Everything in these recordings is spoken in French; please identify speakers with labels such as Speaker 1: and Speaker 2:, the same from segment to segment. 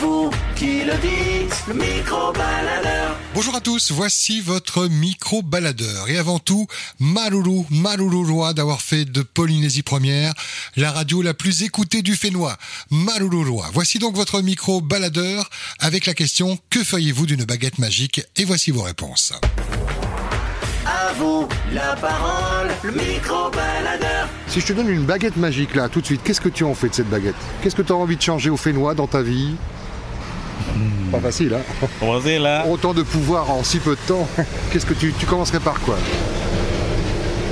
Speaker 1: vous qui le dites, le micro-baladeur.
Speaker 2: Bonjour à tous, voici votre micro-baladeur. Et avant tout, Malulu, Malulu Roi d'avoir fait de Polynésie Première la radio la plus écoutée du Fénois. Malulu Roi. Voici donc votre micro-baladeur avec la question Que feriez-vous d'une baguette magique Et voici vos réponses.
Speaker 1: À vous la parole, le micro-baladeur.
Speaker 3: Si je te donne une baguette magique là, tout de suite, qu'est-ce que tu en fais de cette baguette Qu'est-ce que tu as envie de changer au Fénois dans ta vie Pas facile, hein
Speaker 4: Rosé là,
Speaker 3: Autant de pouvoir en si peu de temps. Qu'est-ce que tu, tu commencerais par quoi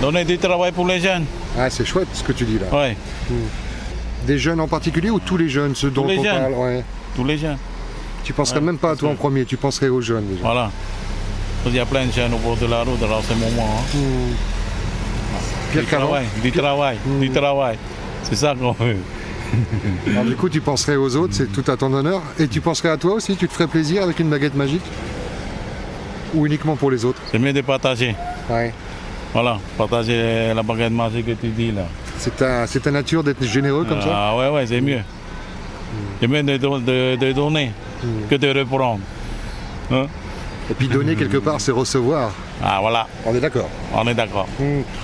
Speaker 4: donner du travail pour les jeunes.
Speaker 3: Ah, c'est chouette ce que tu dis là.
Speaker 4: Ouais,
Speaker 3: Des jeunes en particulier ou tous les jeunes, ceux dont
Speaker 4: les
Speaker 3: on
Speaker 4: jeunes.
Speaker 3: parle ouais.
Speaker 4: tous les jeunes.
Speaker 3: Tu penserais même pas à toi en premier, tu penserais aux jeunes déjà.
Speaker 4: Voilà. Il y a plein de jeunes au bord de la route dans ce moment. hein.
Speaker 3: Pire
Speaker 4: Du
Speaker 3: qu'avant.
Speaker 4: travail, du travail,
Speaker 5: Mm.
Speaker 4: du travail. C'est ça qu'on veut.
Speaker 3: Alors, du coup, tu penserais aux autres, c'est tout à ton honneur. Et tu penserais à toi aussi, tu te ferais plaisir avec une baguette magique Ou uniquement pour les autres
Speaker 4: C'est mieux de partager.
Speaker 3: Ouais.
Speaker 4: Voilà, partager la baguette magique que tu dis là.
Speaker 3: C'est ta, c'est ta nature d'être généreux comme ça
Speaker 4: ah ouais, ouais, c'est mieux.
Speaker 5: Mm.
Speaker 4: C'est mieux de, don- de- de donner que de reprendre. Hein?
Speaker 3: Et puis donner quelque part, c'est recevoir.
Speaker 4: Ah voilà,
Speaker 3: On est d'accord.
Speaker 4: on est d'accord.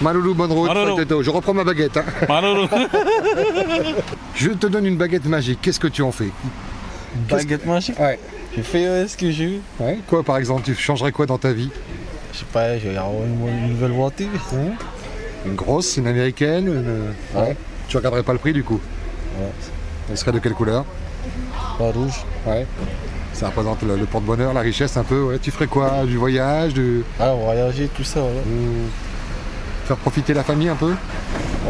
Speaker 3: Maloulou, bonne route.
Speaker 4: Maloulou.
Speaker 3: Fight Edo. Je reprends ma baguette. hein.
Speaker 4: Malheureux.
Speaker 3: Je te donne une baguette magique. Qu'est-ce que tu en fais
Speaker 5: Baguette magique
Speaker 3: Ouais.
Speaker 5: J'ai fait euh, ce que j'ai eu.
Speaker 3: Ouais. Quoi, par exemple, tu changerais quoi dans ta vie
Speaker 5: Je sais pas, j'ai avoir une, une nouvelle voiture.
Speaker 3: Une grosse, une américaine une- Ouais. Tu regarderais pas le prix du coup
Speaker 5: Ouais.
Speaker 3: Elle serait de quelle couleur
Speaker 5: Pas rouge.
Speaker 3: Ouais. Ça représente le, le porte-bonheur, la richesse un peu. Ouais. Tu ferais quoi Du voyage du...
Speaker 5: Ah, voyager, tout ça, ouais.
Speaker 3: ou Faire profiter la famille un peu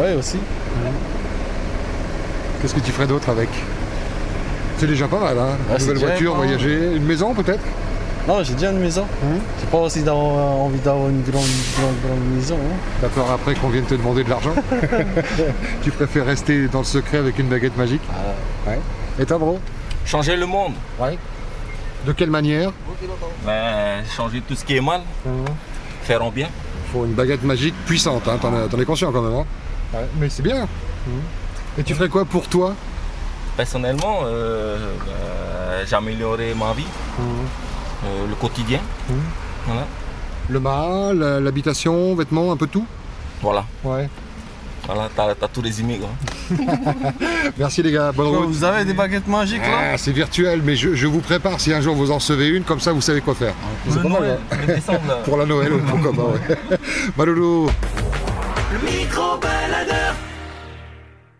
Speaker 5: Ouais, aussi.
Speaker 3: Qu'est-ce que tu ferais d'autre avec C'est déjà pas mal, hein
Speaker 5: Ah, c'est
Speaker 3: Nouvelle
Speaker 5: déjà
Speaker 3: voiture,
Speaker 5: pas mal.
Speaker 3: voyager, une maison peut-être Mmh.
Speaker 5: Non, j'ai déjà une maison. J'ai pas aussi d'avoir, euh, envie d'avoir une grande, grande, grande maison. hein.
Speaker 3: T'as peur après qu'on vienne te demander de l'argent Tu préfères rester dans le secret avec une baguette magique
Speaker 5: Ah.
Speaker 3: Ouais. Et toi, bro
Speaker 6: Changer le monde,
Speaker 3: Ouais. De quelle manière
Speaker 6: Ben, changer tout ce qui est mal,
Speaker 5: Mm.
Speaker 6: faire en bien.
Speaker 3: Faut une baguette magique puissante, hein, t'en, as- t'en es conscient quand même. hein. Mmh. Ouais, mais c'est bien. Et tu ferais quoi pour toi
Speaker 6: Personnellement, euh, ben, j'améliorerai ma vie, euh, le quotidien. Voilà.
Speaker 3: Le mât, la- l'habitation, vêtements, un peu tout
Speaker 6: Voilà,
Speaker 3: Ouais.
Speaker 6: voilà t'as, t'as tous les immigrants.
Speaker 3: Merci les gars, bonne route.
Speaker 5: Vous avez des baguettes magiques là
Speaker 3: Ah, c'est virtuel, mais je, je vous prépare si un jour vous en recevez une, comme ça vous savez quoi faire. Mmh.
Speaker 6: le
Speaker 3: pas mal,
Speaker 6: Noël,
Speaker 5: hein.
Speaker 6: le décembre, là.
Speaker 3: Pour la Noël, ouais, pourquoi pas, ouais. Maloulou,
Speaker 1: Le micro-baladeur.